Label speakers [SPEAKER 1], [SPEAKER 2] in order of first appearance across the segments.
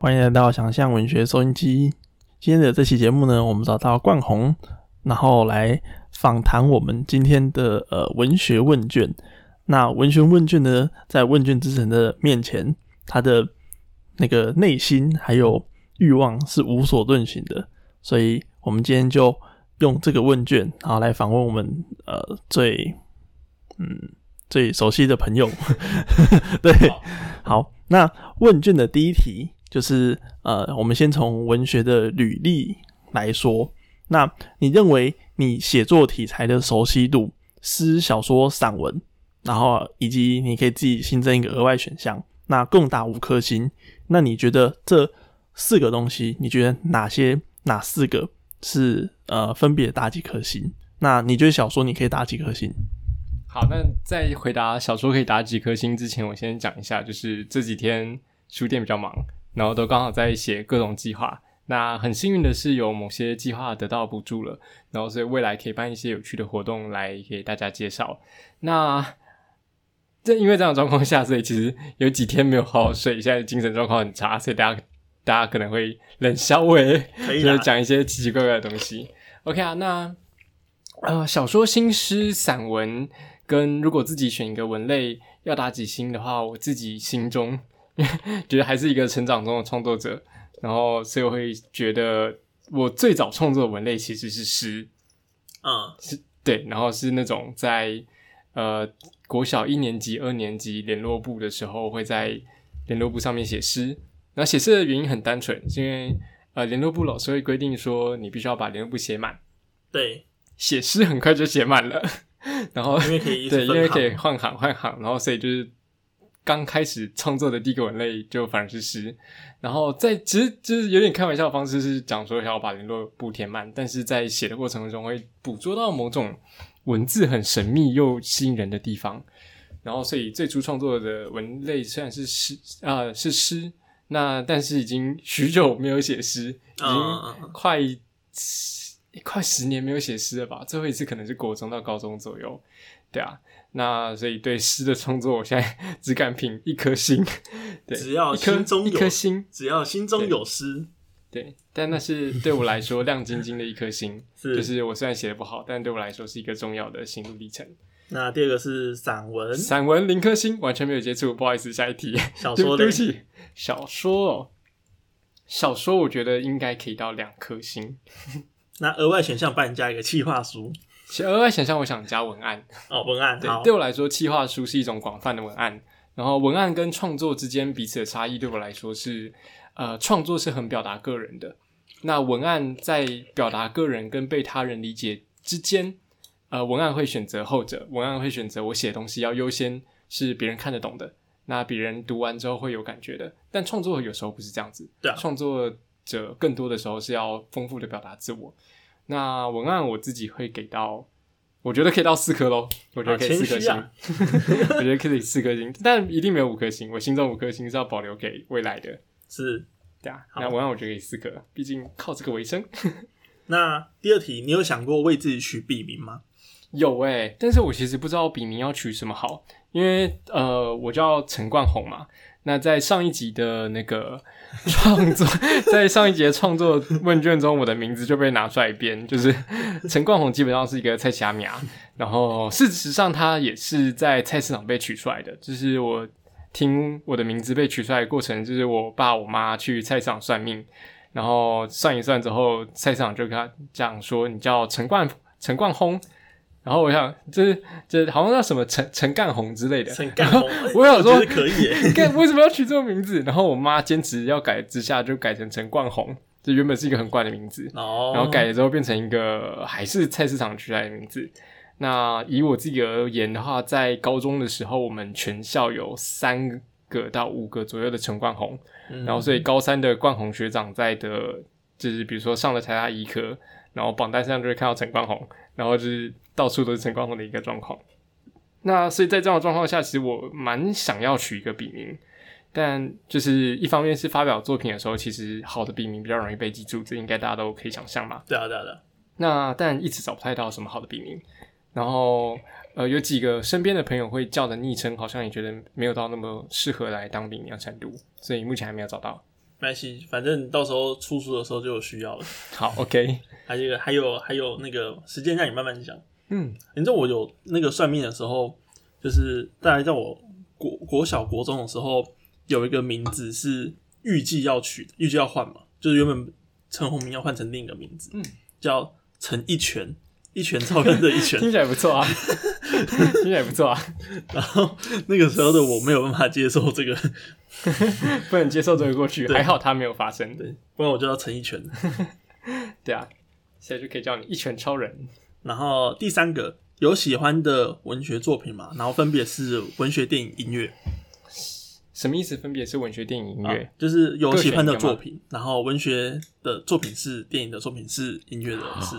[SPEAKER 1] 来到想象文学收音机。今天的这期节目呢，我们找到冠宏，然后来访谈我们今天的呃文学问卷。那文学问卷呢，在问卷之神的面前，他的那个内心还有欲望是无所遁形的，所以我们今天就用这个问卷，然后来访问我们呃最嗯最熟悉的朋友。 对，好，那问卷的第一题就是呃，我们先从文学的履历来说。那你认为你写作题材的熟悉度，诗、小说、散文，然后以及你可以自己新增一个额外选项，那共打五颗星。那你觉得这四个东西，你觉得哪些哪四个是呃分别打几颗星？那你觉得小说你可以打几颗星？
[SPEAKER 2] 好，那在回答小说可以打几颗星之前，我先讲一下，就是这几天书店比较忙，然后都刚好在写各种计划。那很幸运的是，有某些计划得到补助了，然后所以未来可以办一些有趣的活动来给大家介绍。那正因为这样的状况下，所以其实有几天没有好好睡，现在精神状况很差，所以大家大家可能会冷笑我，
[SPEAKER 1] 可
[SPEAKER 2] 就是讲一些奇奇怪怪的东西。OK 啊，那呃，小说、新诗、散文跟如果自己选一个文类要打几星的话，我自己心中 觉得还是一个成长中的创作者，然后所以我会觉得我最早创作的文类其实是诗，
[SPEAKER 1] 嗯，
[SPEAKER 2] 对，然后是那种在呃国小一年级、二年级联络部的时候，会在联络部上面写诗。然后写诗的原因很单纯，是因为呃联络部老师会规定说你必须要把联络部写满，
[SPEAKER 1] 对，
[SPEAKER 2] 写诗很快就写满了， 然后
[SPEAKER 1] 因为可以一直
[SPEAKER 2] 对，因
[SPEAKER 1] 分
[SPEAKER 2] 为
[SPEAKER 1] 行
[SPEAKER 2] 可以换行换行，然后所以就是刚开始创作的第一个文类就反而是诗，然后在其实就是有点开玩笑的方式是讲说想要把联络簿填满，但是在写的过程中会捕捉到某种文字很神秘又吸引人的地方，然后所以最初创作的文类虽然是诗啊、呃是诗，那但是已经许久没有写诗，已
[SPEAKER 1] 嗯嗯
[SPEAKER 2] 经快十快十年没有写诗了吧？最后一次可能是国中到高中左右，对啊。那所以对诗的创作，我现在只敢评一颗星， 对，
[SPEAKER 1] 只要
[SPEAKER 2] 一颗
[SPEAKER 1] 心中
[SPEAKER 2] 一
[SPEAKER 1] 有
[SPEAKER 2] 颗星，
[SPEAKER 1] 只要心中有诗，
[SPEAKER 2] 对。但那是对我来说 亮晶晶的一颗星，
[SPEAKER 1] 是
[SPEAKER 2] 就是我虽然写的不好，但对我来说是一个重要的心路历程。
[SPEAKER 1] 那第二个是散文、
[SPEAKER 2] 散文零颗星，完全没有接触，不好意思，下一题。
[SPEAKER 1] 小
[SPEAKER 2] 对
[SPEAKER 1] 说的
[SPEAKER 2] 对不起，小说哦，小说我觉得应该可以到两颗星。
[SPEAKER 1] 那额外选项帮你加一个企划书
[SPEAKER 2] 其额呃外想象，我想加文案。
[SPEAKER 1] 哦，文案
[SPEAKER 2] 对
[SPEAKER 1] 好，，
[SPEAKER 2] 对我来说，企划书是一种广泛的文案，然后文案跟创作之间彼此的差异，对我来说是，呃，创作是很表达个人的，那文案在表达个人跟被他人理解之间，呃，文案会选择后者，文案会选择我写的东西要优先是别人看得懂的，那别人读完之后会有感觉的，但创作有时候不是这样子，
[SPEAKER 1] 对啊
[SPEAKER 2] 创作者更多的时候是要丰富的表达自我。那文案我自己会给到，我觉得可以到四颗咯，我觉得可以
[SPEAKER 1] 啊
[SPEAKER 2] 四颗
[SPEAKER 1] 谦虚
[SPEAKER 2] 星，
[SPEAKER 1] 啊
[SPEAKER 2] 我觉得可以四颗星，但一定没有五颗星。我心中五颗星是要保留给未来的，
[SPEAKER 1] 是。
[SPEAKER 2] 对啊。
[SPEAKER 1] 好
[SPEAKER 2] 那文案我觉得可以四颗，毕竟靠这个为生。
[SPEAKER 1] 那第二题，你有想过为自己取笔名吗？
[SPEAKER 2] 有哎、但是我其实不知道笔名要取什么好，因为呃，我叫陈冠宏嘛。那在上一集的那个 创作， 在上一节创作问卷中，我的名字就被拿出来编，就是陈冠宏基本上是一个菜市阿米啊。然后事实上，他也是在菜市场被取出来的。就是我听我的名字被取出来的过程，就是我爸我妈去菜市场算命，然后算一算之后，菜市场就跟他讲说：“你叫陈冠陈冠宏。”然后我想，就是就是好像叫什么陈陈干宏之类的，
[SPEAKER 1] 陈干红，
[SPEAKER 2] 我有说
[SPEAKER 1] 觉得可以 耶，
[SPEAKER 2] 干为什么要取这种名字？然后我妈坚持要改之下，就改成陈冠宏，这原本是一个很怪的名字，
[SPEAKER 1] 哦，
[SPEAKER 2] 然后改了之后变成一个还是菜市场取来的名字。那以我自己而言的话，在高中的时候，我们全校有三个到五个左右的陈冠宏，
[SPEAKER 1] 嗯，
[SPEAKER 2] 然后所以高三的冠宏学长在的，就是比如说上了台大医科，然后榜单上就会看到陈冠宏，然后就是到处都是陈冠宏的一个状况。那所以在这样的状况下，其实我蛮想要取一个笔名，但就是一方面是发表作品的时候，其实好的笔名比较容易被记住，这应该大家都可以想象嘛。
[SPEAKER 1] 对啊对啊对啊，
[SPEAKER 2] 那但一直找不太到什么好的笔名，然后呃有几个身边的朋友会叫的昵称，好像也觉得没有到那么适合来当笔名的程度，所以目前还没有找到。
[SPEAKER 1] 没关系，反正到时候出书的时候就有需要了。
[SPEAKER 2] 好，OK，
[SPEAKER 1] 还有还有还有那个时间让你慢慢讲。
[SPEAKER 2] 嗯，
[SPEAKER 1] 你知道我有那个算命的时候，就是大概在我国国小国中的时候，有一个名字是预计要取的，预计要换嘛，就是原本陈鸿明要换成另一个名字，
[SPEAKER 2] 嗯，
[SPEAKER 1] 叫陈一拳，一拳超人的一拳。
[SPEAKER 2] 听起来不错啊，听起来不错啊，
[SPEAKER 1] 然后那个时候的我没有办法接受这个，
[SPEAKER 2] 不能接受这个过去，
[SPEAKER 1] 对
[SPEAKER 2] 还好它没有发生。对
[SPEAKER 1] 不然我就要陈一拳。
[SPEAKER 2] 对啊，现在就可以叫你一拳超人。
[SPEAKER 1] 然后第三个有喜欢的文学作品嘛，然后分别是文学、电影、音乐。
[SPEAKER 2] 什么意思？分别是文学、电影、音乐
[SPEAKER 1] 啊。就是有喜欢的
[SPEAKER 2] 各选一个
[SPEAKER 1] 作
[SPEAKER 2] 吗
[SPEAKER 1] 品，然后文学的作品是电影的作品是音乐的是，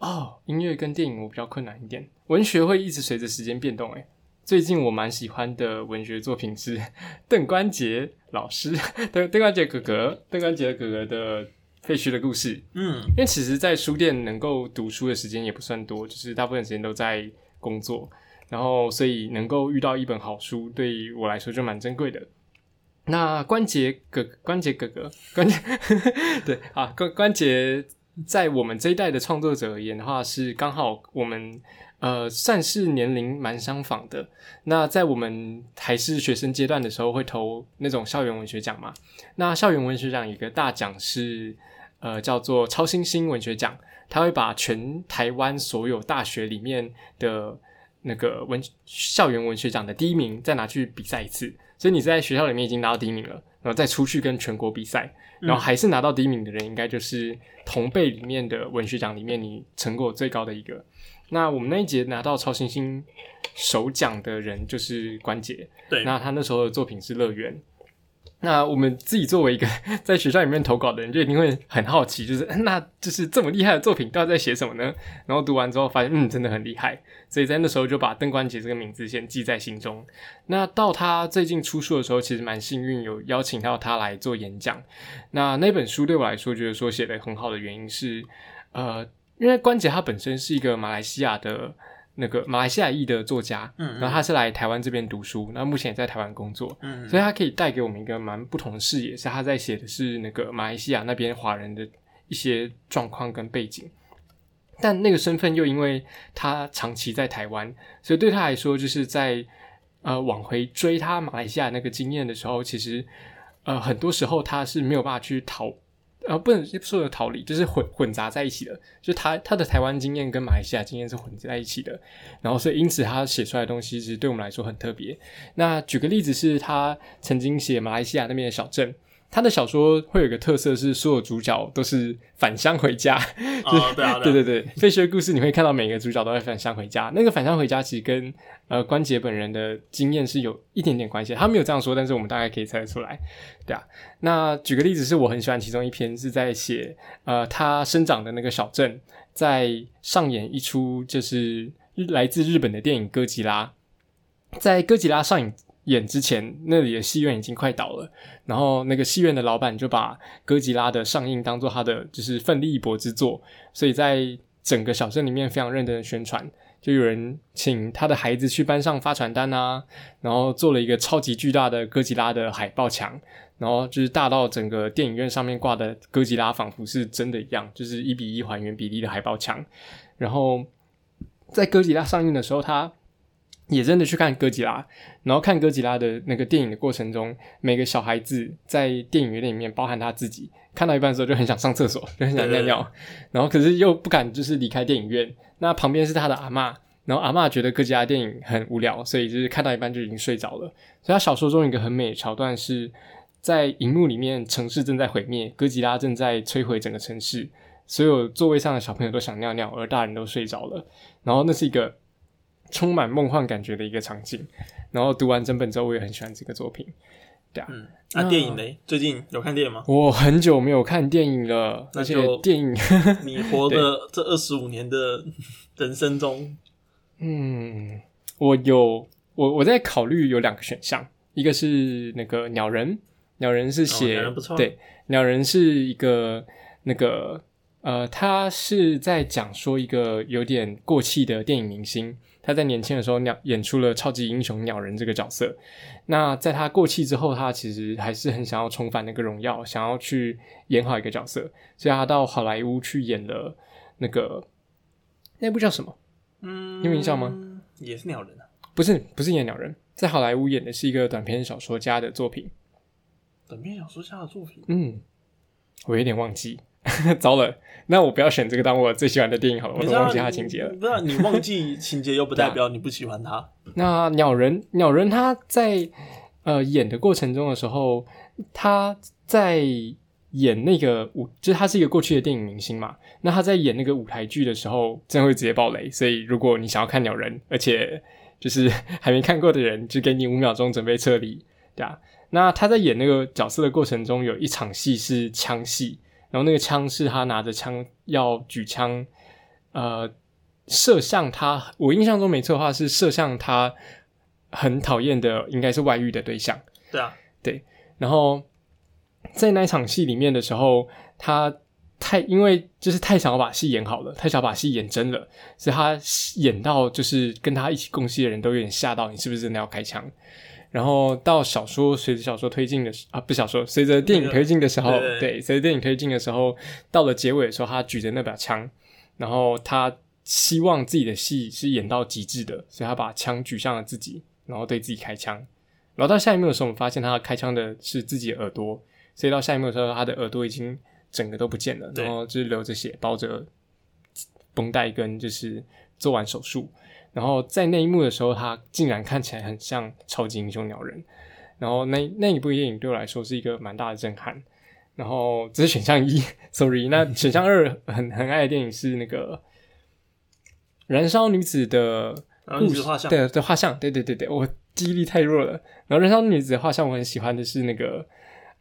[SPEAKER 2] 哦，音乐跟电影我比较困难一点，文学会一直随着时间变动、欸。最近我蛮喜欢的文学作品是 邓关杰老师，邓邓关杰哥哥，邓关杰哥哥的《废墟的故事》。
[SPEAKER 1] 嗯
[SPEAKER 2] 因为其实，在书店能够读书的时间也不算多，就是大部分时间都在工作，然后所以能够遇到一本好书，对于我来说就蛮珍贵的。那关节哥，关节哥哥，关节， 对啊，关关节在我们这一代的创作者而言的话，是刚好我们呃算是年龄蛮相仿的。那在我们还是学生阶段的时候，会投那种校园文学奖嘛？那校园文学奖有一个大奖是呃叫做超新星文学奖，它会把全台湾所有大学里面的那个文校园文学奖的第一名再拿去比赛一次，所以你在学校里面已经拿到第一名了，然后再出去跟全国比赛，
[SPEAKER 1] 嗯
[SPEAKER 2] 然后还是拿到第一名的人，应该就是同辈里面的文学奖里面你成果最高的一个。那我们那一节拿到超新星首奖的人就是关杰，
[SPEAKER 1] 对，
[SPEAKER 2] 那他那时候的作品是《乐园》。那我们自己作为一个 在学校里面投稿的人，就一定会很好奇，就是 那就是这么厉害的作品到底在写什么呢？然后读完之后发现，嗯，真的很厉害，所以在那时候就把邓关杰这个名字先记在心中。那到他最近出书的时候，其实蛮幸运，有邀请到他来做演讲。那那本书对我来说，觉得说写的很好的原因是，呃，因为关杰他本身是一个马来西亚的那个马来西亚裔的作家，
[SPEAKER 1] 嗯
[SPEAKER 2] 然后他是来台湾这边读书，那目前也在台湾工作，
[SPEAKER 1] 嗯
[SPEAKER 2] 所以他可以带给我们一个蛮不同的视野，是他在写的是那个马来西亚那边华人的一些状况跟背景。但那个身份又因为他长期在台湾，所以对他来说，就是在呃往回追他马来西亚那个经验的时候，其实呃很多时候他是没有办法去逃，呃不能说的逃离，就是混混杂在一起的，就是他他的台湾经验跟马来西亚经验是混在一起的，然后所以因此他写出来的东西其实对我们来说很特别。那举个例子是他曾经写马来西亚那边的小镇。他的小说会有一个特色是，所有主角都是返乡回家，
[SPEAKER 1] 哦 对啊
[SPEAKER 2] 对
[SPEAKER 1] 对
[SPEAKER 2] 对
[SPEAKER 1] 啊
[SPEAKER 2] 对，废墟的故事你会看到每个主角都会返乡回家，那个返乡回家其实跟呃关杰本人的经验是有一点点关系的，他没有这样说，但是我们大概可以猜得出来，对啊。那举个例子，是我很喜欢其中一篇是在写呃他生长的那个小镇在上演一出就是日来自日本的电影《哥吉拉》，在哥吉拉上映演之前，那里的戏院已经快倒了。然后那个戏院的老板就把哥吉拉的上映当做他的就是奋力一搏之作，所以在整个小镇里面非常认真的宣传。就有人请他的孩子去班上发传单啊，然后做了一个超级巨大的哥吉拉的海报墙，然后就是大到整个电影院上面挂的哥吉拉仿佛是真的一样，就是一比一还原比例的海报墙。然后在哥吉拉上映的时候，他也真的去看哥吉拉，然后看哥吉拉的那个电影的过程中，每个小孩子在电影院里面，包含他自己，看到一半的时候就很想上厕所，就很想尿尿，然后可是又不敢就是离开电影院。那旁边是他的阿嬷，然后阿嬷觉得哥吉拉电影很无聊，所以就是看到一半就已经睡着了。所以他小说中有一个很美的桥段是。在荧幕里面，城市正在毁灭，哥吉拉正在摧毁整个城市，所有座位上的小朋友都想尿尿，而大人都睡着了。然后那是一个充满梦幻感觉的一个场景。然后读完整本之后，我也很喜欢这个作品。？
[SPEAKER 1] 嗯，那电影嘞，最近有看电影吗
[SPEAKER 2] 我很久没有看电影了，
[SPEAKER 1] 那
[SPEAKER 2] 而
[SPEAKER 1] 就
[SPEAKER 2] 且电影，
[SPEAKER 1] 你活的这二十五年的人生中，
[SPEAKER 2] 嗯，我有我我在考虑有两个选项，一个是那个鸟人，鸟人是
[SPEAKER 1] 哦
[SPEAKER 2] 写、
[SPEAKER 1] 鸟人不错
[SPEAKER 2] 对，鸟人是一个那个呃，他是在讲说一个有点过气的电影明星，他在年轻的时候鸟演出了超级英雄鸟人这个角色。那在他过气之后，他其实还是很想要重返那个荣耀，想要去演好一个角色，所以他到好莱坞去演了那个那部叫什么？
[SPEAKER 1] 嗯
[SPEAKER 2] 你有印象吗？
[SPEAKER 1] 也是鸟人啊，
[SPEAKER 2] 不是，不是演鸟人，在好莱坞演的是一个短篇小说家的作品。
[SPEAKER 1] 短篇小说家的作品。
[SPEAKER 2] 嗯，我有点忘记， 糟了，那我不要选这个当我最喜欢的电影好了，我
[SPEAKER 1] 你
[SPEAKER 2] 都
[SPEAKER 1] 知道
[SPEAKER 2] 忘记它情节了。啊
[SPEAKER 1] 不是你 忘记情节，又 不代表你不喜欢他。
[SPEAKER 2] 那鸟人，鸟人他在呃演的过程中的时候，他在演那个舞，就是他是一个过去的电影明星嘛。那他在演那个舞台剧的时候，真的会直接爆雷。所以如果你想要看鸟人，而且就是 还没看过的人，就给你五秒钟准备撤离，对啊。那他在演那个角色的过程中，有一场戏是枪戏，然后那个枪是他拿着枪要举枪，呃，射向他，我印象中没错的话是射向他很讨厌的，应该是外遇的对象。
[SPEAKER 1] 对啊，
[SPEAKER 2] 然后在那一场戏里面的时候，他太因为就是太想要把戏演好了，太想把戏演真了，所以他演到就是跟他一起共戏的人都有点吓到，你是不是真的要开枪？然后到小说随着小说推进的时啊，不是小说，随着电影推进的时候，
[SPEAKER 1] 那个对
[SPEAKER 2] 对，随着电影推进的时候，到了结尾的时候，他举着那把枪，然后他希望自己的戏是演到极致的，所以他把枪举向了自己，然后对自己开枪。然后到下一幕的时候，我们发现他开枪的是自己的耳朵，所以到下一幕的时候，他的耳朵已经整个都不见了，
[SPEAKER 1] 对
[SPEAKER 2] 然后就是流着血，包着绷带跟就是做完手术。然后在那一幕的时候，他竟然看起来很像超级英雄鸟人。然后那那一部电影对我来说是一个蛮大的震撼。然后这是选项一 ，sorry。那选项二很很爱的电影是那个《燃烧女子的
[SPEAKER 1] 然后你的画像，
[SPEAKER 2] 对对画像，对对对对，我记忆力太弱了。然后《燃烧女子》的画像我很喜欢的是那个，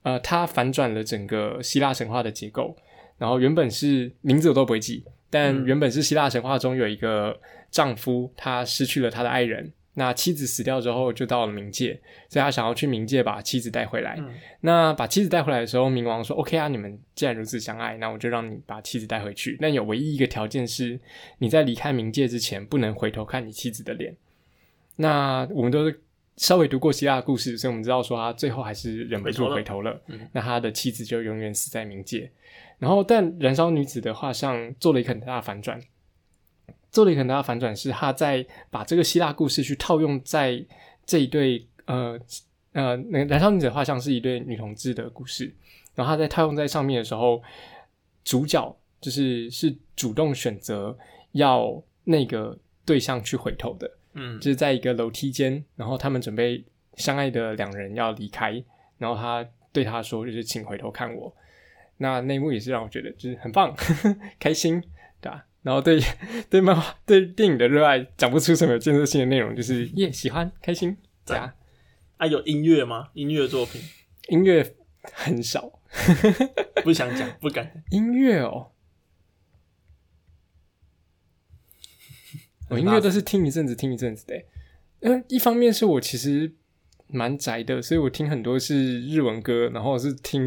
[SPEAKER 2] 呃，它反转了整个希腊神话的结构。然后原本是名字我都不会记，但
[SPEAKER 1] 嗯
[SPEAKER 2] 原本是希腊神话中有一个丈夫，他失去了他的爱人，那妻子死掉之后就到了冥界，所以他想要去冥界把妻子带回来。
[SPEAKER 1] 嗯
[SPEAKER 2] 那把妻子带回来的时候，冥王说：“OK 啊，你们既然如此相爱，那我就让你把妻子带回去。但有唯一一个条件是，你在离开冥界之前，不能回头看你妻子的脸。”那我们都是稍微读过希腊的故事，所以我们知道说他最后还是忍不住回
[SPEAKER 1] 回
[SPEAKER 2] 头了。
[SPEAKER 1] 嗯
[SPEAKER 2] 那他的妻子就永远死在冥界。然后，但燃烧女子的画像做了一个很大的反转，做了一个很大的反转，是他在把这个希腊故事去套用在这一对呃呃，那个燃烧女子的画像是一对女同志的故事，然后他在套用在上面的时候，主角就是是主动选择要那个对象去回头的，
[SPEAKER 1] 嗯，
[SPEAKER 2] 就是在一个楼梯间，然后他们准备相爱的两人要离开，然后他对他说，就是请回头看我。那那一幕也是让我觉得就是很棒， 开心，对吧、然后对对漫画对电影的热爱讲不出什么建设性的内容，就是耶喜欢开心，对啊，
[SPEAKER 1] 啊，有音乐吗？音乐作品
[SPEAKER 2] 音乐很少，
[SPEAKER 1] 不想讲，不 敢。
[SPEAKER 2] 音乐哦，我哦音乐都是听一阵子听一阵子的欸。因为一方面是我其实蛮宅的，所以我听很多是日文歌，然后是听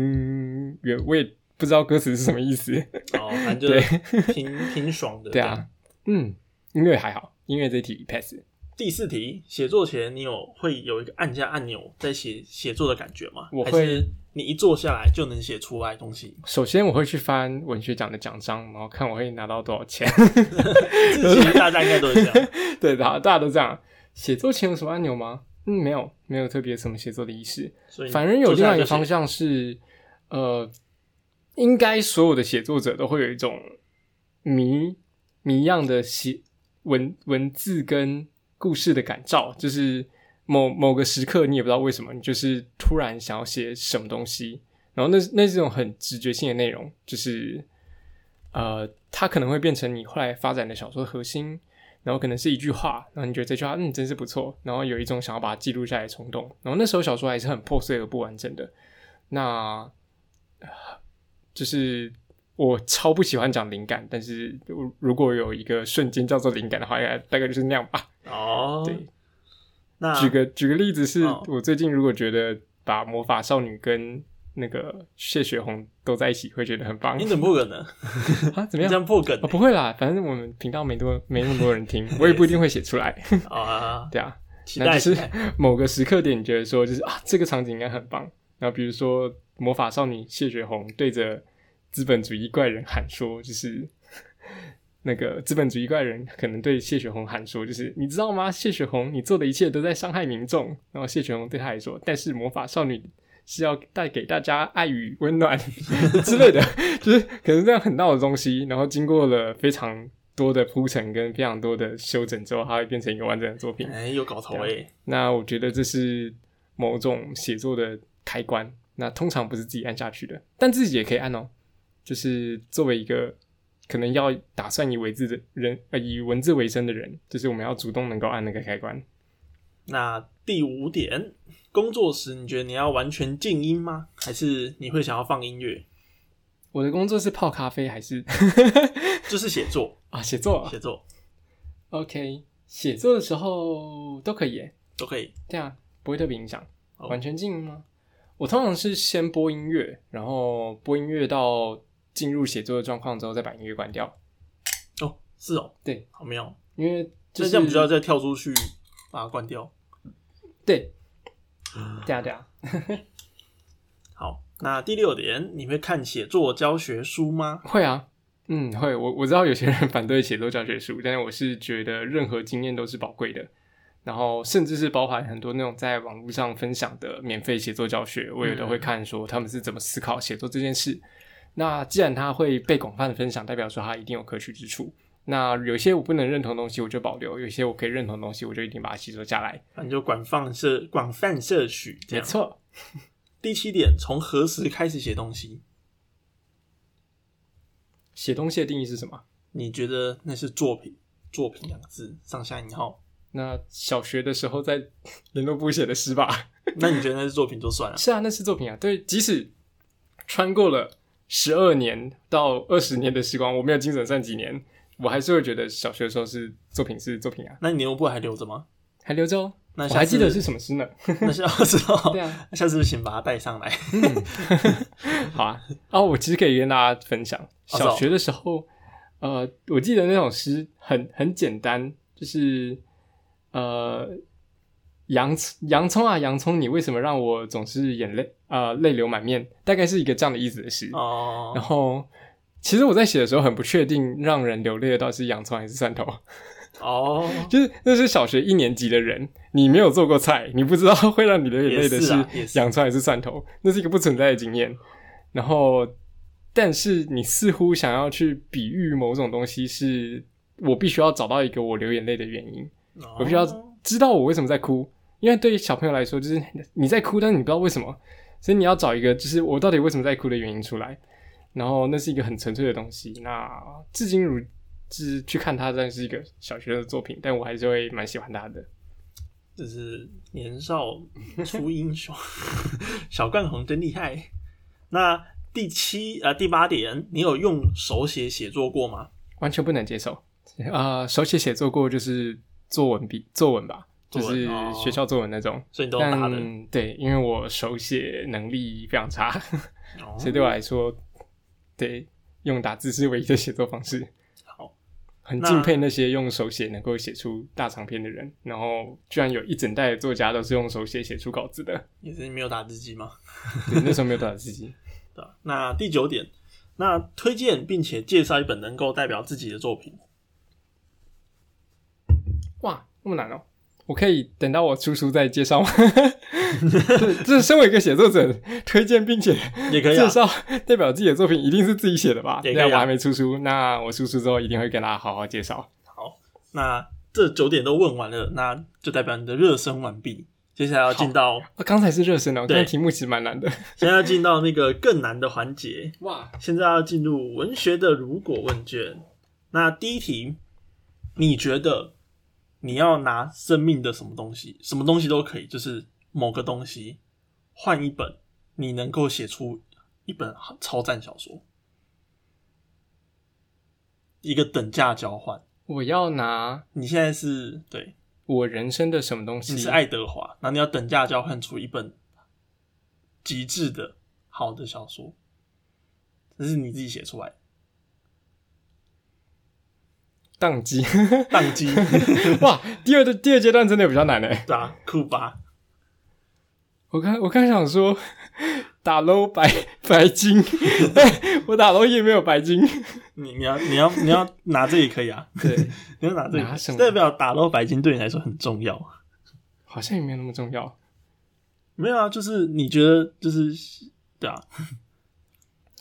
[SPEAKER 2] 原我也不知道歌词是什么 意思。
[SPEAKER 1] 哦，反正就是挺挺爽的。
[SPEAKER 2] 对啊，嗯，音乐还好，音乐这一题 pass。
[SPEAKER 1] 第四题，写作前你有会有一个按下按钮在写写作的感觉吗？
[SPEAKER 2] 我会，
[SPEAKER 1] 还是你一坐下来就能写出来东西
[SPEAKER 2] 首先我会去翻文学奖的奖章，然后看我会拿到多少钱。
[SPEAKER 1] 这其实大家应该都是这样。
[SPEAKER 2] 对，大大家都这样。写作前有什么按钮吗？嗯，没有，没有特别什么写作的仪式。
[SPEAKER 1] 所以
[SPEAKER 2] 反正有另外一个方
[SPEAKER 1] 向，
[SPEAKER 2] 向是，呃，应该所有的写作者都会有一种迷迷样的写文文字跟故事的感召，就是某某个时刻你也不知道为什么，你就是突然想要写什么东西，然后那那是一种很直觉性的内容，就是呃，它可能会变成你后来发展的小说的核心。然后可能是一句话，然后你觉得这句话嗯真嗯是不错，然后有一种想要把它记录下来的冲动。然后那时候小说还是很破碎和不完整的，那呃就是我超不喜欢讲灵感，但是如如果有一个瞬间叫做灵感的话，应该大概就是那样吧。
[SPEAKER 1] 哦，
[SPEAKER 2] 对，
[SPEAKER 1] 那啊
[SPEAKER 2] 举个举个例子是，
[SPEAKER 1] 哦
[SPEAKER 2] 我最近如果觉得把魔法少女跟那个谢雪红都在一起，会觉得很棒
[SPEAKER 1] 你怎么不梗呢？
[SPEAKER 2] 啊？怎么
[SPEAKER 1] 你
[SPEAKER 2] 样
[SPEAKER 1] 这？样破梗
[SPEAKER 2] 哦，不会啦，反正我们频道没多没那么多人 听，我也不一定会写出来。
[SPEAKER 1] 啊！
[SPEAKER 2] 对啊，
[SPEAKER 1] 期
[SPEAKER 2] 那
[SPEAKER 1] 待
[SPEAKER 2] 就是
[SPEAKER 1] 期待
[SPEAKER 2] 某个时刻点，你觉得说就是啊，这个场景应该很棒。然后比如说《魔法少女谢雪红》对着资本主义怪人喊说，就是那个资本主义怪人可能对谢雪红喊说，就是你知道吗？谢雪红，你做的一切都在伤害民众。然后谢雪红对他来说，但是魔法少女。是要带给大家爱与温暖 之类的，就是可能这样很闹的东西，然后经过了非常多的铺陈跟非常多的修整之后，它会变成一个完整的作品。
[SPEAKER 1] 哎，有搞
[SPEAKER 2] 啊
[SPEAKER 1] 头哎、
[SPEAKER 2] 那我觉得这是某种写作的开关。那通常不是自己按下去的，但自己也可以按哦。就是作为一个可能要打算以文字的人，呃，以文字为生的人，就是我们要主动能够按那个开关。
[SPEAKER 1] 那第五点，工作时你觉得你要完全静音吗？还是你会想要放音乐？
[SPEAKER 2] 我的工作是泡咖啡还是
[SPEAKER 1] 就是写作，
[SPEAKER 2] 啊写作啊
[SPEAKER 1] 写作
[SPEAKER 2] ？OK，写作的时候都可以耶，
[SPEAKER 1] 都可以。
[SPEAKER 2] 对啊，不会特别影响。
[SPEAKER 1] 哦
[SPEAKER 2] 完全静音吗？我通常是先播音乐，然后播音乐到进入写作的状况之后，再把音乐关掉。
[SPEAKER 1] 哦，是哦，
[SPEAKER 2] 对，
[SPEAKER 1] 好没有，
[SPEAKER 2] 因为
[SPEAKER 1] 就
[SPEAKER 2] 就
[SPEAKER 1] 是这样不就要再跳出去把它关掉？
[SPEAKER 2] 对，对啊对啊，
[SPEAKER 1] 好，那第六点，你会看写作教学书吗？
[SPEAKER 2] 会啊，嗯会，我我知道有些人反对写作教学书，但是我是觉得任何经验都是宝贵的，然后甚至是包含很多那种在网络上分享的免费写作教学，我也都会看说他们是怎么思考写作这件事。那既然它会被广泛的分享，代表说它一定有可取之处。那有些我不能认同的东西，我就保留；有些我可以认同的东西，我就一定把它吸收下来。
[SPEAKER 1] 反正就广泛摄广泛摄取这
[SPEAKER 2] 没
[SPEAKER 1] 样。
[SPEAKER 2] 错，
[SPEAKER 1] 第七点，从何时开始写东西？
[SPEAKER 2] 写东西的定义是什么？
[SPEAKER 1] 你觉得那是作品？作品两个字，上下引号。
[SPEAKER 2] 那小学的时候在 联络部写的诗吧？
[SPEAKER 1] 那你觉得那是作品就算 了。
[SPEAKER 2] 是啊，那是作品啊。对，即使穿过了十二年到二十年的时光，我没有精准算几年，我还是会觉得小学的时候是作品是作品啊，
[SPEAKER 1] 那你牛布还留着吗？
[SPEAKER 2] 还留着哦。
[SPEAKER 1] 那
[SPEAKER 2] 我
[SPEAKER 1] 下
[SPEAKER 2] 还
[SPEAKER 1] 次
[SPEAKER 2] 记得是什么诗呢？
[SPEAKER 1] 那下次哦，
[SPEAKER 2] 对啊，
[SPEAKER 1] 那下次请把它带上来。
[SPEAKER 2] 好啊，哦，我其实可以跟大家分享，
[SPEAKER 1] 是哦
[SPEAKER 2] 小学的时候，呃，我记得那首诗很很简单，就是呃，洋洋葱啊，洋葱，你为什么让我总是眼泪呃泪流满面？大概是一个这样的意思的诗。
[SPEAKER 1] 哦
[SPEAKER 2] 然，后，其实我在写的时候很不确定，让人流泪的到底是洋葱还是蒜头，
[SPEAKER 1] 哦，
[SPEAKER 2] 就是那是小学一年级的人，你没有做过菜，你不知道会让你流眼泪的
[SPEAKER 1] 也是啊也是
[SPEAKER 2] 洋葱还是蒜头，那是一个不存在的经验。然后，但是你似乎想要去比喻某种东西是，我必须要找到一个我流眼泪的原因，我必须要
[SPEAKER 1] 哦
[SPEAKER 2] 知道我为什么在哭，因为对于小朋友来说，就是你在哭，但是你不知道为什么，所以你要找一个就是我到底为什么在哭的原因出来。然后那是一个很纯粹的东西。那至今如之去看它，算是一个小学生的作品，但我还是会蛮喜欢它的。
[SPEAKER 1] 就是年少出英雄， 小冠宏真厉害。那第七啊、呃第八点，你有用手写写作过吗？
[SPEAKER 2] 完全不能接受。啊，手写写作过就是作文笔作文吧，就
[SPEAKER 1] 作文
[SPEAKER 2] 是
[SPEAKER 1] 哦
[SPEAKER 2] 学校作文那种。
[SPEAKER 1] 所以你都用打的，
[SPEAKER 2] 但对，因为我手写能力非常差，
[SPEAKER 1] 哦
[SPEAKER 2] 所以对我来说，对用打字是唯一的写作方式。
[SPEAKER 1] 好，
[SPEAKER 2] 很
[SPEAKER 1] 那
[SPEAKER 2] 敬佩那些用手写能够写出大长篇的人，然后居然有一整代的作家都是用手写写出稿子的。
[SPEAKER 1] 也是没有打字机吗？
[SPEAKER 2] 对，那时候没有打字机。
[SPEAKER 1] 对吧？那第九点，那推荐并且介绍一本能够代表自己的作品。
[SPEAKER 2] 哇，那么难哦！我可以等到我出书再介绍吗？ 这这身为一个写作者，推荐并且
[SPEAKER 1] 也可以啊
[SPEAKER 2] 介绍代表自己的作品，一定是自己写的吧？
[SPEAKER 1] 也
[SPEAKER 2] 对
[SPEAKER 1] 可以啊
[SPEAKER 2] 啊，我还没出书，那我出书之后一定会跟大家好好介绍。
[SPEAKER 1] 那这九点都问完了，那就代表你的热身完毕。接下来要进到，
[SPEAKER 2] 啊，刚才是热身哦，我
[SPEAKER 1] 对
[SPEAKER 2] 刚才题目其实蛮难的。
[SPEAKER 1] 现在要进到那个更难的环节，
[SPEAKER 2] 哇，
[SPEAKER 1] 现在要进入文学的如果问卷。那第一题，你觉得你要拿生命的什么东西？什么东西都可以，就是某个东西换一本，你能够写出一本超赞小说，一个等价交换。
[SPEAKER 2] 我要拿
[SPEAKER 1] 你现在是对，
[SPEAKER 2] 我人生的什么东西？
[SPEAKER 1] 你是爱德华，那你要等价交换出一本极致的好的小说？这是你自己写出来的，
[SPEAKER 2] 宕机，
[SPEAKER 1] 宕机，
[SPEAKER 2] 哇！第二的第二阶段真的比较难诶、
[SPEAKER 1] 对啊，酷吧？
[SPEAKER 2] 我刚我刚想说 打 low 白白 金，哎我打 low 也没有白金。
[SPEAKER 1] 你你要你要你要拿这里可以啊，
[SPEAKER 2] 对，
[SPEAKER 1] 你要拿这里
[SPEAKER 2] 拿什，么
[SPEAKER 1] 代表打捞白金对你来说很重要。 啊
[SPEAKER 2] 好像也没有那么重要。
[SPEAKER 1] 没有啊，就是你觉得就是对啊，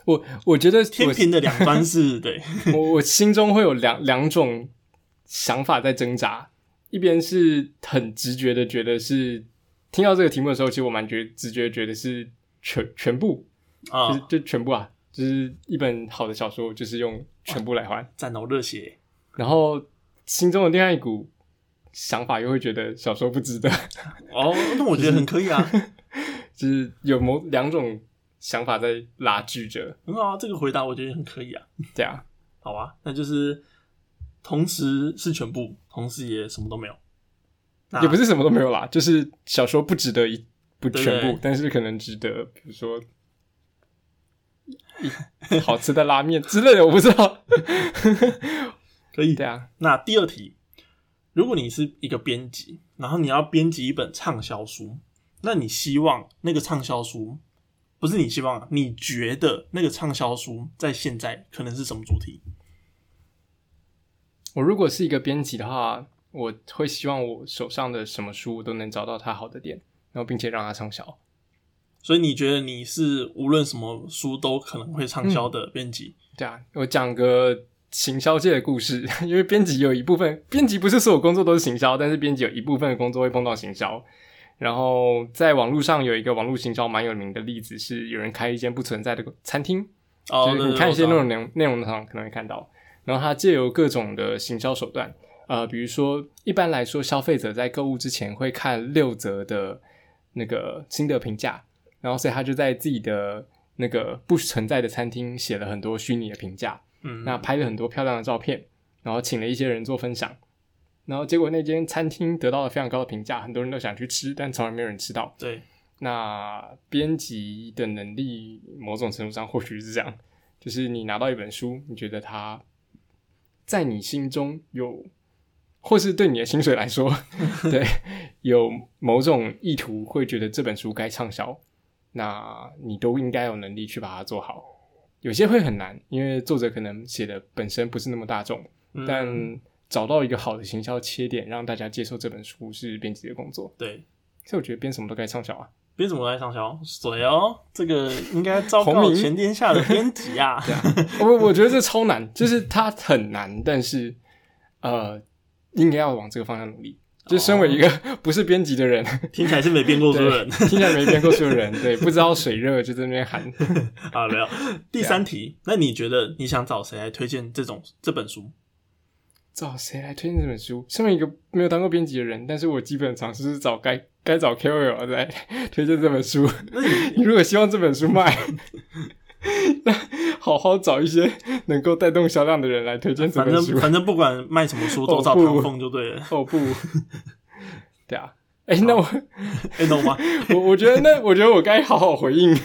[SPEAKER 2] 我我觉得
[SPEAKER 1] 天平的两端是 对，
[SPEAKER 2] 我我我心中会有两两种想法在挣扎，一边是很直觉的觉得是听到这个题目的时候，其实我蛮觉直觉觉得是全全部，就是
[SPEAKER 1] 啊，
[SPEAKER 2] 就全部啊，就是一本好的小说就是用全部来换。
[SPEAKER 1] 战斗热 血，
[SPEAKER 2] 然后心中的另外一股想法又会觉得小说不值得，
[SPEAKER 1] 哦，那我觉得很可以啊，
[SPEAKER 2] 就是有某两种想法在拉锯着，
[SPEAKER 1] 很好啊，这个回答我觉得很可以啊，
[SPEAKER 2] 对啊，
[SPEAKER 1] 好啊，那就是同时是全部，同时也什么都没有，那
[SPEAKER 2] 也不是什么都没有啦，就是小说不值得一不
[SPEAKER 1] 啊对
[SPEAKER 2] 全
[SPEAKER 1] 对
[SPEAKER 2] 部，但是可能值得，比如说。一好吃的拉面之类的，我不知道。
[SPEAKER 1] 可以
[SPEAKER 2] 对啊，
[SPEAKER 1] 那第二题，如果你是一个编辑，然后你要编辑一本畅销书，那你希望那个畅销书不是你希望啊，你觉得那个畅销书在现在可能是什么主题？
[SPEAKER 2] 我如果是一个编辑的话，我会希望我手上的什么书都能找到它好的点，然后并且让它畅销。
[SPEAKER 1] 所以你觉得你是无论什么书都可能会畅销的编辑？
[SPEAKER 2] 对啊，我讲个行销界的故事，因为编辑有一部分，编辑不是所有工作都是行销，但是编辑有一部分的工作会碰到行销。然后在网络上有一个网络行销蛮有名的例子，是有人开一间不存在的餐厅，
[SPEAKER 1] 哦，
[SPEAKER 2] 就
[SPEAKER 1] 对
[SPEAKER 2] 是你看一些
[SPEAKER 1] 对
[SPEAKER 2] 内，
[SPEAKER 1] 对我知道
[SPEAKER 2] 容内容内容上可能会看到，然后他借由各种的行销手段，呃，比如说一般来说，消费者在购物之前会看六则的那个新的评价，然后所以他就在自己的那个不存在的餐厅写了很多虚拟的评价，
[SPEAKER 1] 嗯，
[SPEAKER 2] 那拍了很多漂亮的照片，然后请了一些人做分享，然后结果那间餐厅得到了非常高的评价，很多人都想去吃，但从来没有人吃到。
[SPEAKER 1] 对，
[SPEAKER 2] 那编辑的能力，某种程度上或许是这样，就是你拿到一本书，你觉得它在你心中有，或是对你的薪水来说， 对，有某种意图，会觉得这本书该畅销，那你都应该有能力去把它做好。有些会很难，因为作者可能写的本身不是那么大众，
[SPEAKER 1] 嗯
[SPEAKER 2] 但找到一个好的行销切点，让大家接受这本书是编辑的工作。
[SPEAKER 1] 对。
[SPEAKER 2] 所以我觉得编什么都该畅销啊。
[SPEAKER 1] 编什么来畅销？谁哦？这个应该昭
[SPEAKER 2] 红
[SPEAKER 1] 告
[SPEAKER 2] 名
[SPEAKER 1] 全天下的编辑啊！
[SPEAKER 2] 我我觉得这超难，就是它很难，但是呃，应该要往这个方向努力。就身为一个 不是编辑的人，
[SPEAKER 1] 哦听起来是没编过 书的人
[SPEAKER 2] 对，。听起来没编过书的人，对，不知道水热就在那边喊。
[SPEAKER 1] 好，啊没有。第
[SPEAKER 2] 啊
[SPEAKER 1] 三题，那你觉得你想找谁来推荐这种这本书？
[SPEAKER 2] 找谁来推荐这本书？身为一个没有当过编辑的人，但是我基本尝试是找该该找 KOL 来推荐这本书。你 如果希望这本书卖， 那好好找一些能够带动销量的人来推荐这
[SPEAKER 1] 反
[SPEAKER 2] 本
[SPEAKER 1] 正
[SPEAKER 2] 书。
[SPEAKER 1] 反正不管卖什么 书，都
[SPEAKER 2] 哦
[SPEAKER 1] 找
[SPEAKER 2] 不
[SPEAKER 1] 唐凤就对了。
[SPEAKER 2] 哦不，对啊，哎、那我
[SPEAKER 1] 哎，懂吗？
[SPEAKER 2] 我我觉得那我觉得我该好好回应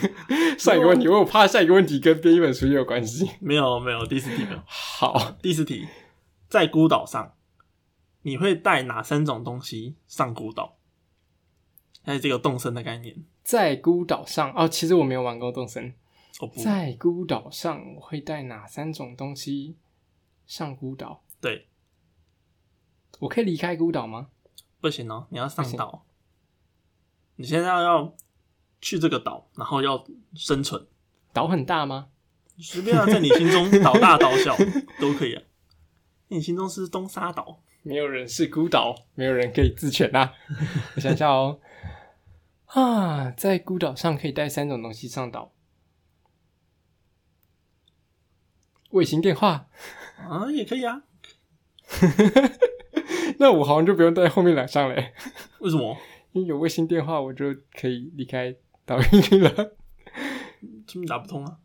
[SPEAKER 2] 上一个 问题，因为我怕下一个问题跟编一本书也有关系。
[SPEAKER 1] 没有没有，第四题 没有。
[SPEAKER 2] 好，
[SPEAKER 1] 第四题，在孤岛上，你会带哪三种东西上孤岛？还有这个动身的概念，
[SPEAKER 2] 在孤岛上哦，其实我没有玩过动森。
[SPEAKER 1] 哦不，
[SPEAKER 2] 在孤岛上，我会带哪三种东西上孤岛？
[SPEAKER 1] 对，
[SPEAKER 2] 我可以离开孤岛吗？
[SPEAKER 1] 不行哦，你要上
[SPEAKER 2] 不行
[SPEAKER 1] 岛。你现在要去这个岛，然后要生存，
[SPEAKER 2] 岛很大吗？
[SPEAKER 1] 随便啊，在你心中岛大岛小 都可以啊。你心中是东沙岛，
[SPEAKER 2] 没有人是孤岛， 没有人可以自全啊！ 我想一下哦， 啊，在孤岛上可以带三种东西上岛：卫星电话。
[SPEAKER 1] 啊，也可以啊。
[SPEAKER 2] 那我好像就不用带后面两项嘞，
[SPEAKER 1] 为什么？
[SPEAKER 2] 因为有卫星电话，我就可以离开岛屿去了。
[SPEAKER 1] 这么打不通啊？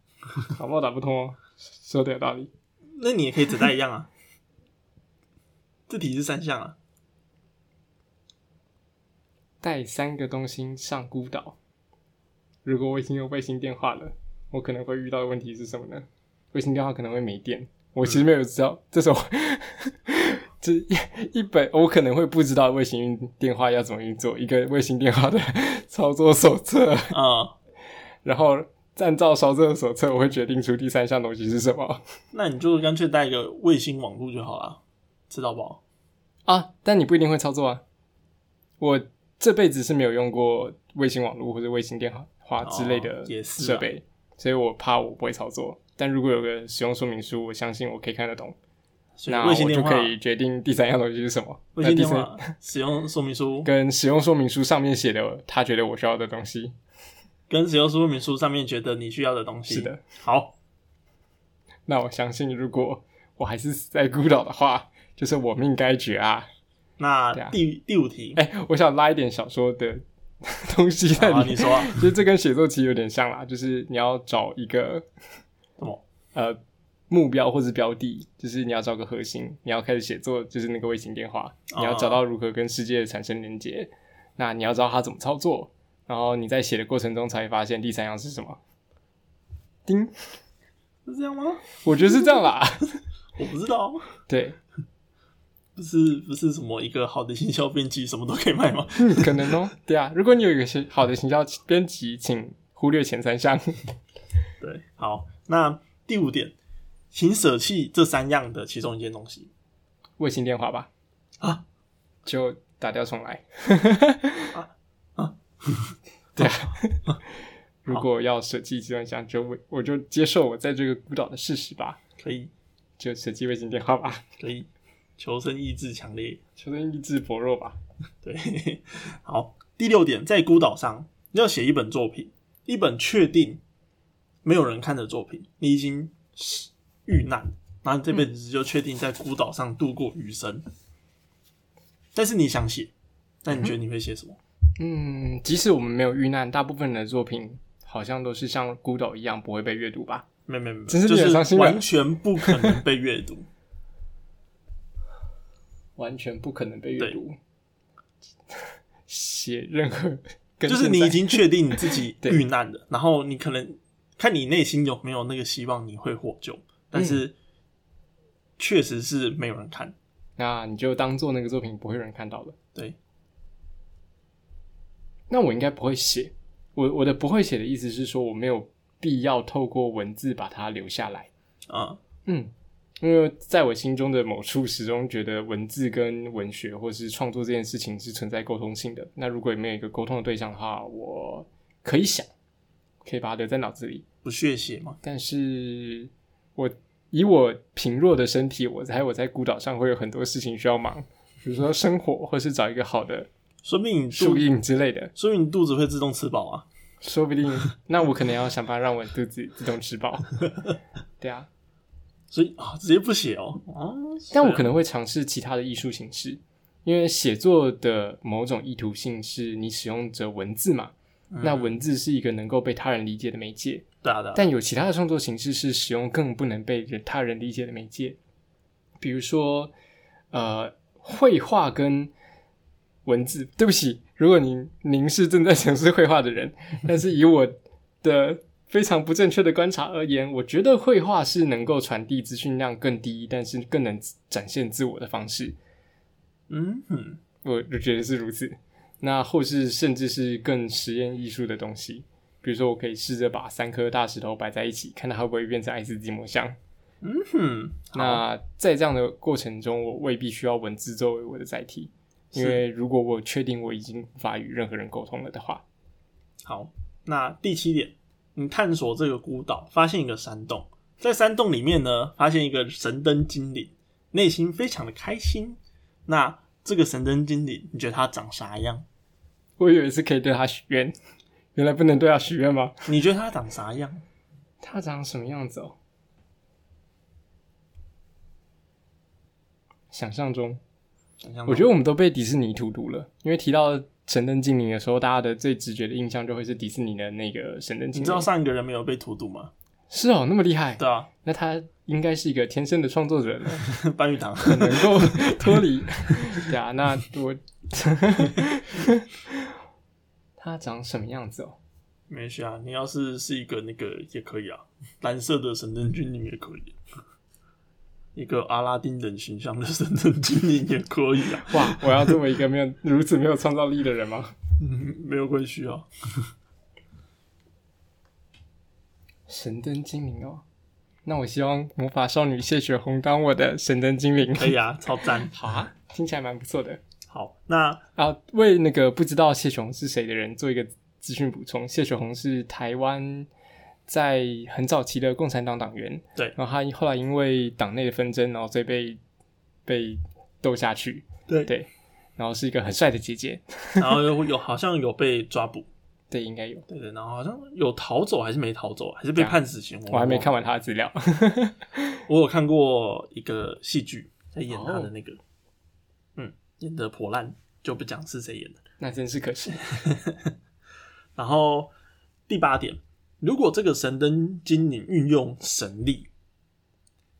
[SPEAKER 2] 好不好？打不通哦，说的有道理。
[SPEAKER 1] 那你也可以只带一样啊。这题是三项啊，
[SPEAKER 2] 带三个东西上孤岛，如果我已经有卫星电话了，我可能会遇到的问题是什么呢？卫星电话可能会没电。我其实没有知道，这时候 这一一本我可能会不知道卫星电话要怎么运作，一个卫星电话的操作手册，
[SPEAKER 1] 啊、
[SPEAKER 2] 然后按照操作手册，我会决定出第三项东西是什么
[SPEAKER 1] 那你就干脆带一个卫星网络就好了，吃到饱。
[SPEAKER 2] 啊。但你不一定会操作啊。我这辈子是没有用过卫星网络或者卫星电话之类的
[SPEAKER 1] 哦也是啊
[SPEAKER 2] 设备，所以我怕我不会操作。但如果有个使用说明书，我相信我可以看得懂。
[SPEAKER 1] 所以
[SPEAKER 2] 那
[SPEAKER 1] 卫
[SPEAKER 2] 我
[SPEAKER 1] 星
[SPEAKER 2] 就
[SPEAKER 1] 电话
[SPEAKER 2] 可，以决定第三样东西是什么。
[SPEAKER 1] 卫星
[SPEAKER 2] 那第
[SPEAKER 1] 电
[SPEAKER 2] 三
[SPEAKER 1] 话使用说明书
[SPEAKER 2] 跟使用说明书上面写的他觉得我需要的东西。
[SPEAKER 1] 跟使用说明书上面觉得你需要的东西。
[SPEAKER 2] 是，的，
[SPEAKER 1] 好，
[SPEAKER 2] 那我相信如果我还是死在孤岛的话，就是我命该绝啊！
[SPEAKER 1] 那
[SPEAKER 2] 对啊
[SPEAKER 1] 第、第五题，
[SPEAKER 2] 哎、我想拉一点小说的 东西在
[SPEAKER 1] 好啊，
[SPEAKER 2] 里
[SPEAKER 1] 你
[SPEAKER 2] 面，
[SPEAKER 1] 说 啊、
[SPEAKER 2] 其实这跟写作其实有点像啦，就是你要找一个
[SPEAKER 1] 什么？
[SPEAKER 2] 呃目标或是标的，就是你要找个核心，你要开始写作，就是那个卫星电话，
[SPEAKER 1] 哦
[SPEAKER 2] 你要找到如何跟世界产生连接，那你要知道它怎么操作，然后你在写的过程中才会发现第三样是什么。叮，
[SPEAKER 1] 是这样吗？
[SPEAKER 2] 我觉得是这样啦。
[SPEAKER 1] 我不知道，
[SPEAKER 2] 对，
[SPEAKER 1] 不是不是什么一个好的行销编辑什么都可以卖吗？
[SPEAKER 2] 嗯，可能哦。对啊，如果你有一个是好的行销编辑，请忽略前三项。
[SPEAKER 1] 对，好，那第五点，请舍弃这三样的其中一件东西。
[SPEAKER 2] 卫星电话吧，
[SPEAKER 1] 啊，
[SPEAKER 2] 就打掉重来。
[SPEAKER 1] 啊啊
[SPEAKER 2] 对啊， 如果要舍弃计算箱，就我我就接受我在这个孤岛的事实吧，
[SPEAKER 1] 可以，
[SPEAKER 2] 就舍弃卫星电话吧，
[SPEAKER 1] 可以，求生意志强烈。
[SPEAKER 2] 求生意志薄弱吧。
[SPEAKER 1] 对，好，第六点，在孤岛上要写一本作品，一本确定没有人看的作品，你已经遇难，然后你这辈
[SPEAKER 2] 嗯
[SPEAKER 1] 子就确定在孤岛上度过余生。但是你想写，那你觉得你会写什么？
[SPEAKER 2] 嗯，即使我们没有遇难，大部分的作品好像都是像孤岛一样不会被阅读吧？
[SPEAKER 1] 没没没，
[SPEAKER 2] 真是
[SPEAKER 1] 就
[SPEAKER 2] 令人
[SPEAKER 1] 是
[SPEAKER 2] 伤心啊
[SPEAKER 1] 完全不可能被阅读。
[SPEAKER 2] 完全不可能被
[SPEAKER 1] 对
[SPEAKER 2] 阅读。 写任何跟
[SPEAKER 1] 就是
[SPEAKER 2] 现
[SPEAKER 1] 你
[SPEAKER 2] 在
[SPEAKER 1] 已经确定你自己
[SPEAKER 2] 对
[SPEAKER 1] 遇难了，然后你可能看你内心有没有那个希望你会获救，但
[SPEAKER 2] 嗯
[SPEAKER 1] 是确实是没有人看。
[SPEAKER 2] 那你就当做那个作品不会有人看到了。
[SPEAKER 1] 对，
[SPEAKER 2] 那我应该不会写。我我的不会写的意思是说，我没有必要透过文字把它留下来。
[SPEAKER 1] 啊、
[SPEAKER 2] 嗯，因为在我心中的某处，始终觉得文字跟文学或是创作这件事情是存在沟通性的。那如果没有一个沟通的对象的话，我可以想，可以把它留在脑子里。
[SPEAKER 1] 不屑写嘛？
[SPEAKER 2] 但是我以我贫弱的身体，我猜我在孤岛上会有很多事情需要忙，比如说生活，或是找一个好的
[SPEAKER 1] 说不定你肚
[SPEAKER 2] 树，荫之类的。
[SPEAKER 1] 说不定你肚子会自动吃饱啊。
[SPEAKER 2] 说不定，那我可能要想办法让我肚子自动吃饱。对啊，
[SPEAKER 1] 所以啊，直接不写哦。啊，
[SPEAKER 2] 但我可
[SPEAKER 1] 能
[SPEAKER 2] 能会尝试其他的艺术形式，因为写作的某种意图性是你使用着文字嘛，
[SPEAKER 1] 嗯
[SPEAKER 2] 那文字是一个能够被他人理解的媒介，
[SPEAKER 1] 对啊对啊，
[SPEAKER 2] 但有其他的创作形式是使用更不能被人他人理解的媒介，比如说，呃，绘画跟文字。对不起，如果您您是正在 从事绘画的人，但是以我的非常不正确的观察而言，我觉得绘画是能够传递资讯量更低，但是更能展现自我的方式。
[SPEAKER 1] 嗯嗯，
[SPEAKER 2] 我就觉得是如此。那后世甚至是更实验艺术的东西，比如说我可以试着把三颗大石头摆在一起，看它会不会变成爱斯基摩像。
[SPEAKER 1] 哼，好
[SPEAKER 2] 那在这样的过程中，我未必需要文字作为我的载体，因
[SPEAKER 1] 是
[SPEAKER 2] 为如果我确定我已经无法与任何人沟通了的话，
[SPEAKER 1] 好，那第七点，你探索这个孤岛，发现一个山洞，在山洞里面呢，发现一个神灯精灵，内心非常的开心。那这个神灯精灵，你觉得它长啥样？
[SPEAKER 2] 我以为是可以对他许愿，原来不能对他许愿吗？
[SPEAKER 1] 你觉得它长啥样？
[SPEAKER 2] 他长什么样子哦？想象中，
[SPEAKER 1] 想象
[SPEAKER 2] 我觉得我们都被迪士尼荼毒了，因为提到神灯精灵的时候，大家的最直觉的印象就会是迪士尼的那个神灯
[SPEAKER 1] 你
[SPEAKER 2] 精
[SPEAKER 1] 知
[SPEAKER 2] 灵
[SPEAKER 1] 道。上一个人没有被荼毒吗？
[SPEAKER 2] 是哦，那么厉害，
[SPEAKER 1] 对啊，
[SPEAKER 2] 那他应该是一个天生的创作者了，
[SPEAKER 1] 班玉堂。
[SPEAKER 2] 能 够脱离。对啊，那我他长什么样子哦？
[SPEAKER 1] 没事啊，你要是是一个那个也可以啊，蓝色的神灯精灵也可以，一个阿拉丁等形象的神灯精灵也可以啊，
[SPEAKER 2] 哇，我要这么一个没有如此没有创造力的人吗？
[SPEAKER 1] 嗯，没有关系啊。
[SPEAKER 2] 神灯精灵哦，那我希望魔法少女谢雪红当我的神灯精灵。
[SPEAKER 1] 可以啊，超赞。
[SPEAKER 2] 好啊，听起来蛮不错的。
[SPEAKER 1] 好，那
[SPEAKER 2] 啊，为那个不知道谢雄是谁的人做一个资讯补充。谢雪红是台湾在很早期的共产党党员，
[SPEAKER 1] 对
[SPEAKER 2] 然后他后来因为党内的纷争，然后所以被被斗下去，
[SPEAKER 1] 对
[SPEAKER 2] 对，然后是一个很帅的姐姐，
[SPEAKER 1] 然后有有好像有被抓捕，
[SPEAKER 2] 对，应该有。
[SPEAKER 1] 对对，然后好像有逃走还是没逃走，还是被
[SPEAKER 2] 对啊
[SPEAKER 1] 判死刑。我
[SPEAKER 2] 我还没看
[SPEAKER 1] 完，
[SPEAKER 2] 完他的资料，
[SPEAKER 1] 我有看过一个戏剧，在演他的那个，嗯，演的破烂，就不讲是谁演的。
[SPEAKER 2] 那真是可惜。
[SPEAKER 1] 然后第八点，如果这个神灯精灵运用神力，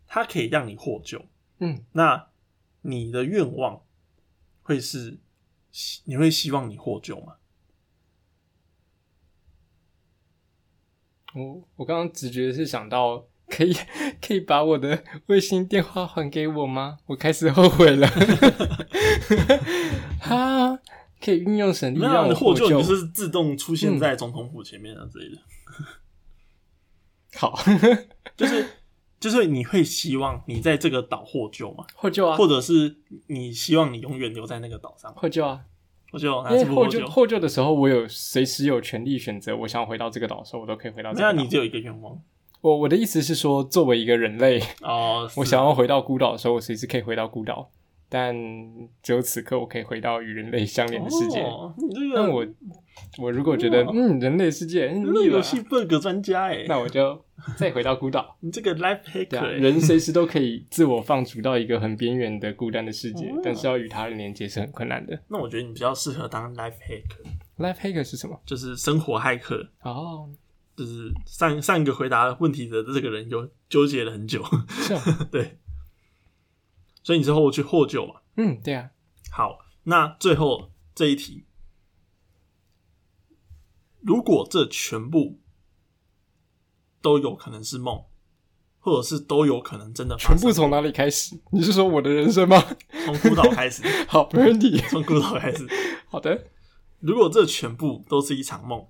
[SPEAKER 1] 它可以让你获救，
[SPEAKER 2] 嗯，
[SPEAKER 1] 那你的愿望会是希你会希望你获救吗？
[SPEAKER 2] 我我刚刚直觉是想到，可以 可以把我的卫星电话还给我吗？我开始后悔了。 哈，可以运用神力
[SPEAKER 1] 没有啊
[SPEAKER 2] 让
[SPEAKER 1] 你
[SPEAKER 2] 我
[SPEAKER 1] 的获
[SPEAKER 2] 救嗯
[SPEAKER 1] 救，你就是自动出现在总统府前面啊之类的，
[SPEAKER 2] 好
[SPEAKER 1] 就是就是你会希望你在这个岛获救吗？
[SPEAKER 2] 获救啊，
[SPEAKER 1] 或者是你希望你永远留在那个岛上？
[SPEAKER 2] 获救啊，
[SPEAKER 1] 获救，那
[SPEAKER 2] 因为
[SPEAKER 1] 是不
[SPEAKER 2] 获
[SPEAKER 1] 获救
[SPEAKER 2] 救？获救的时候，我有随时有权利选择，我想回到这个岛的时候，我都可以回到这
[SPEAKER 1] 那
[SPEAKER 2] 个
[SPEAKER 1] 你
[SPEAKER 2] 岛。
[SPEAKER 1] 只有一个愿望
[SPEAKER 2] 我我的意思是说，作为一个人 类，
[SPEAKER 1] 哦，是
[SPEAKER 2] 我想要回到孤岛的时候，我随时可以回到孤岛，但只有此刻我可以回到与人类相连的世界。
[SPEAKER 1] 哦你这
[SPEAKER 2] 那
[SPEAKER 1] 个
[SPEAKER 2] 我我如果觉得
[SPEAKER 1] 哇
[SPEAKER 2] 嗯人类世界嗯
[SPEAKER 1] 你这个
[SPEAKER 2] 腻了
[SPEAKER 1] 游，戏 bug 专家哎、。
[SPEAKER 2] 那我就再回到孤岛
[SPEAKER 1] 你这个 life hacker
[SPEAKER 2] 对啊，
[SPEAKER 1] 欸、
[SPEAKER 2] 人随时都可以自我放逐到一个很边缘的孤单的世界
[SPEAKER 1] 哦，
[SPEAKER 2] 但是要与他人连接是很困难的。
[SPEAKER 1] 那我觉得你比较适合当 life hacker，
[SPEAKER 2] Life hacker 是什么？
[SPEAKER 1] 就是生活骇客，
[SPEAKER 2] 哦，
[SPEAKER 1] 就是上上一个回答问题的这个人有纠结了很久，
[SPEAKER 2] 是哦，
[SPEAKER 1] 对，所以你之后去获救嘛。
[SPEAKER 2] 嗯，对啊，
[SPEAKER 1] 好，那最后这一题，如果这全部都有可能是梦，或者是都有可能真的发
[SPEAKER 2] 全
[SPEAKER 1] 生，
[SPEAKER 2] 部从哪里开始？你是说我的人生吗？
[SPEAKER 1] 从孤岛开始，
[SPEAKER 2] 好，没问题。
[SPEAKER 1] 从孤岛开始，
[SPEAKER 2] 好的，
[SPEAKER 1] 如果这全部都是一场梦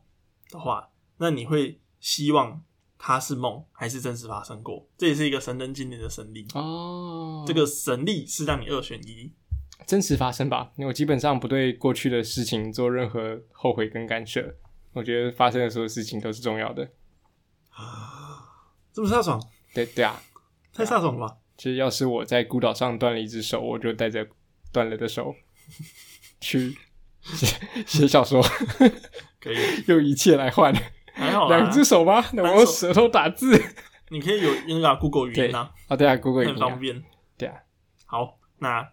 [SPEAKER 1] 的话，那你会希望它是梦还是真实发生过？这也是一个神灯精灵的神力，
[SPEAKER 2] 哦，
[SPEAKER 1] 这个神力是让你二选一。
[SPEAKER 2] 真实发生吧，因为我基本上不对过去的事情做任何后悔跟干涉。我觉得发生的所有事情都是重要的。
[SPEAKER 1] 这么飒爽，
[SPEAKER 2] 对对啊，
[SPEAKER 1] 太飒爽了吧！
[SPEAKER 2] 其实要是我在孤岛上断了一只手，我就带着断了的 手去写写小说，
[SPEAKER 1] 可以，
[SPEAKER 2] 用一切来换
[SPEAKER 1] 还好啊啦
[SPEAKER 2] 两。只手吗？那我用舌头打字。
[SPEAKER 1] 你可以有那个啊 Google 语音啊，
[SPEAKER 2] 哦，对啊，Google
[SPEAKER 1] 很
[SPEAKER 2] 一
[SPEAKER 1] 方
[SPEAKER 2] 样。
[SPEAKER 1] 便。
[SPEAKER 2] 对啊，
[SPEAKER 1] 好，那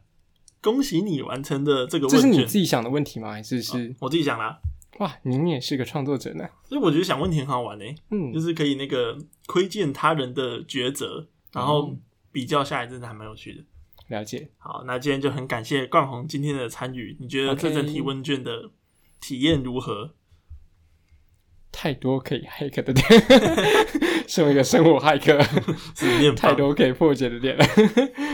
[SPEAKER 1] 恭喜你完成的这个
[SPEAKER 2] 这是
[SPEAKER 1] 问
[SPEAKER 2] 你
[SPEAKER 1] 卷，啊
[SPEAKER 2] 自己想的问题吗？还是是
[SPEAKER 1] 我自己想啦。
[SPEAKER 2] 哇，您也是个创作者呢？
[SPEAKER 1] 所以我觉得想问题很好玩诶、
[SPEAKER 2] 嗯
[SPEAKER 1] 就，是可以那个窥见他人的抉择，然后
[SPEAKER 2] 嗯
[SPEAKER 1] 比较下来，真的还蛮有趣的。
[SPEAKER 2] 了解。
[SPEAKER 1] 好，那今天就很感谢冠宏今天的参与。你觉得
[SPEAKER 2] OK
[SPEAKER 1] 这整体问卷的体验如何？
[SPEAKER 2] 太多可以 hack 的点， 身为一个生活 hack，
[SPEAKER 1] 是念
[SPEAKER 2] 太多可以破解的点了。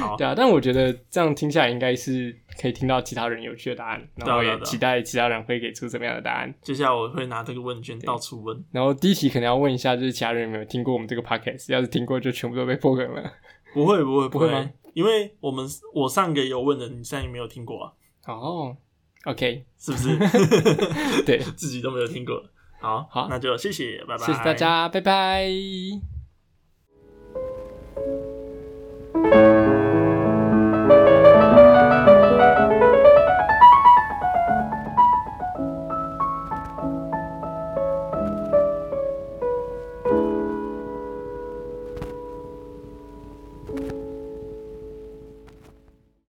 [SPEAKER 1] 好，
[SPEAKER 2] 对啊，但我觉得这样听下来，应该是可以听到其他人有趣的答案，然后
[SPEAKER 1] 对啊
[SPEAKER 2] 也
[SPEAKER 1] 对啊
[SPEAKER 2] 期待其他人会给出怎么样的答案。
[SPEAKER 1] 接下来我会拿这个问卷到处问。
[SPEAKER 2] 然后第一题可能要问一下，就是其他人有没有听过我们这个 podcast？要是听过，就全部都被破梗了。
[SPEAKER 1] 不会，不会，不
[SPEAKER 2] 不会吗？
[SPEAKER 1] 因为我们我上个有问的，你上一个没有听过啊，
[SPEAKER 2] 哦、o k
[SPEAKER 1] 是不是？
[SPEAKER 2] 对，
[SPEAKER 1] 自己都没有听过。好，
[SPEAKER 2] 好
[SPEAKER 1] 那就谢谢，拜拜，
[SPEAKER 2] 谢谢大家，拜拜。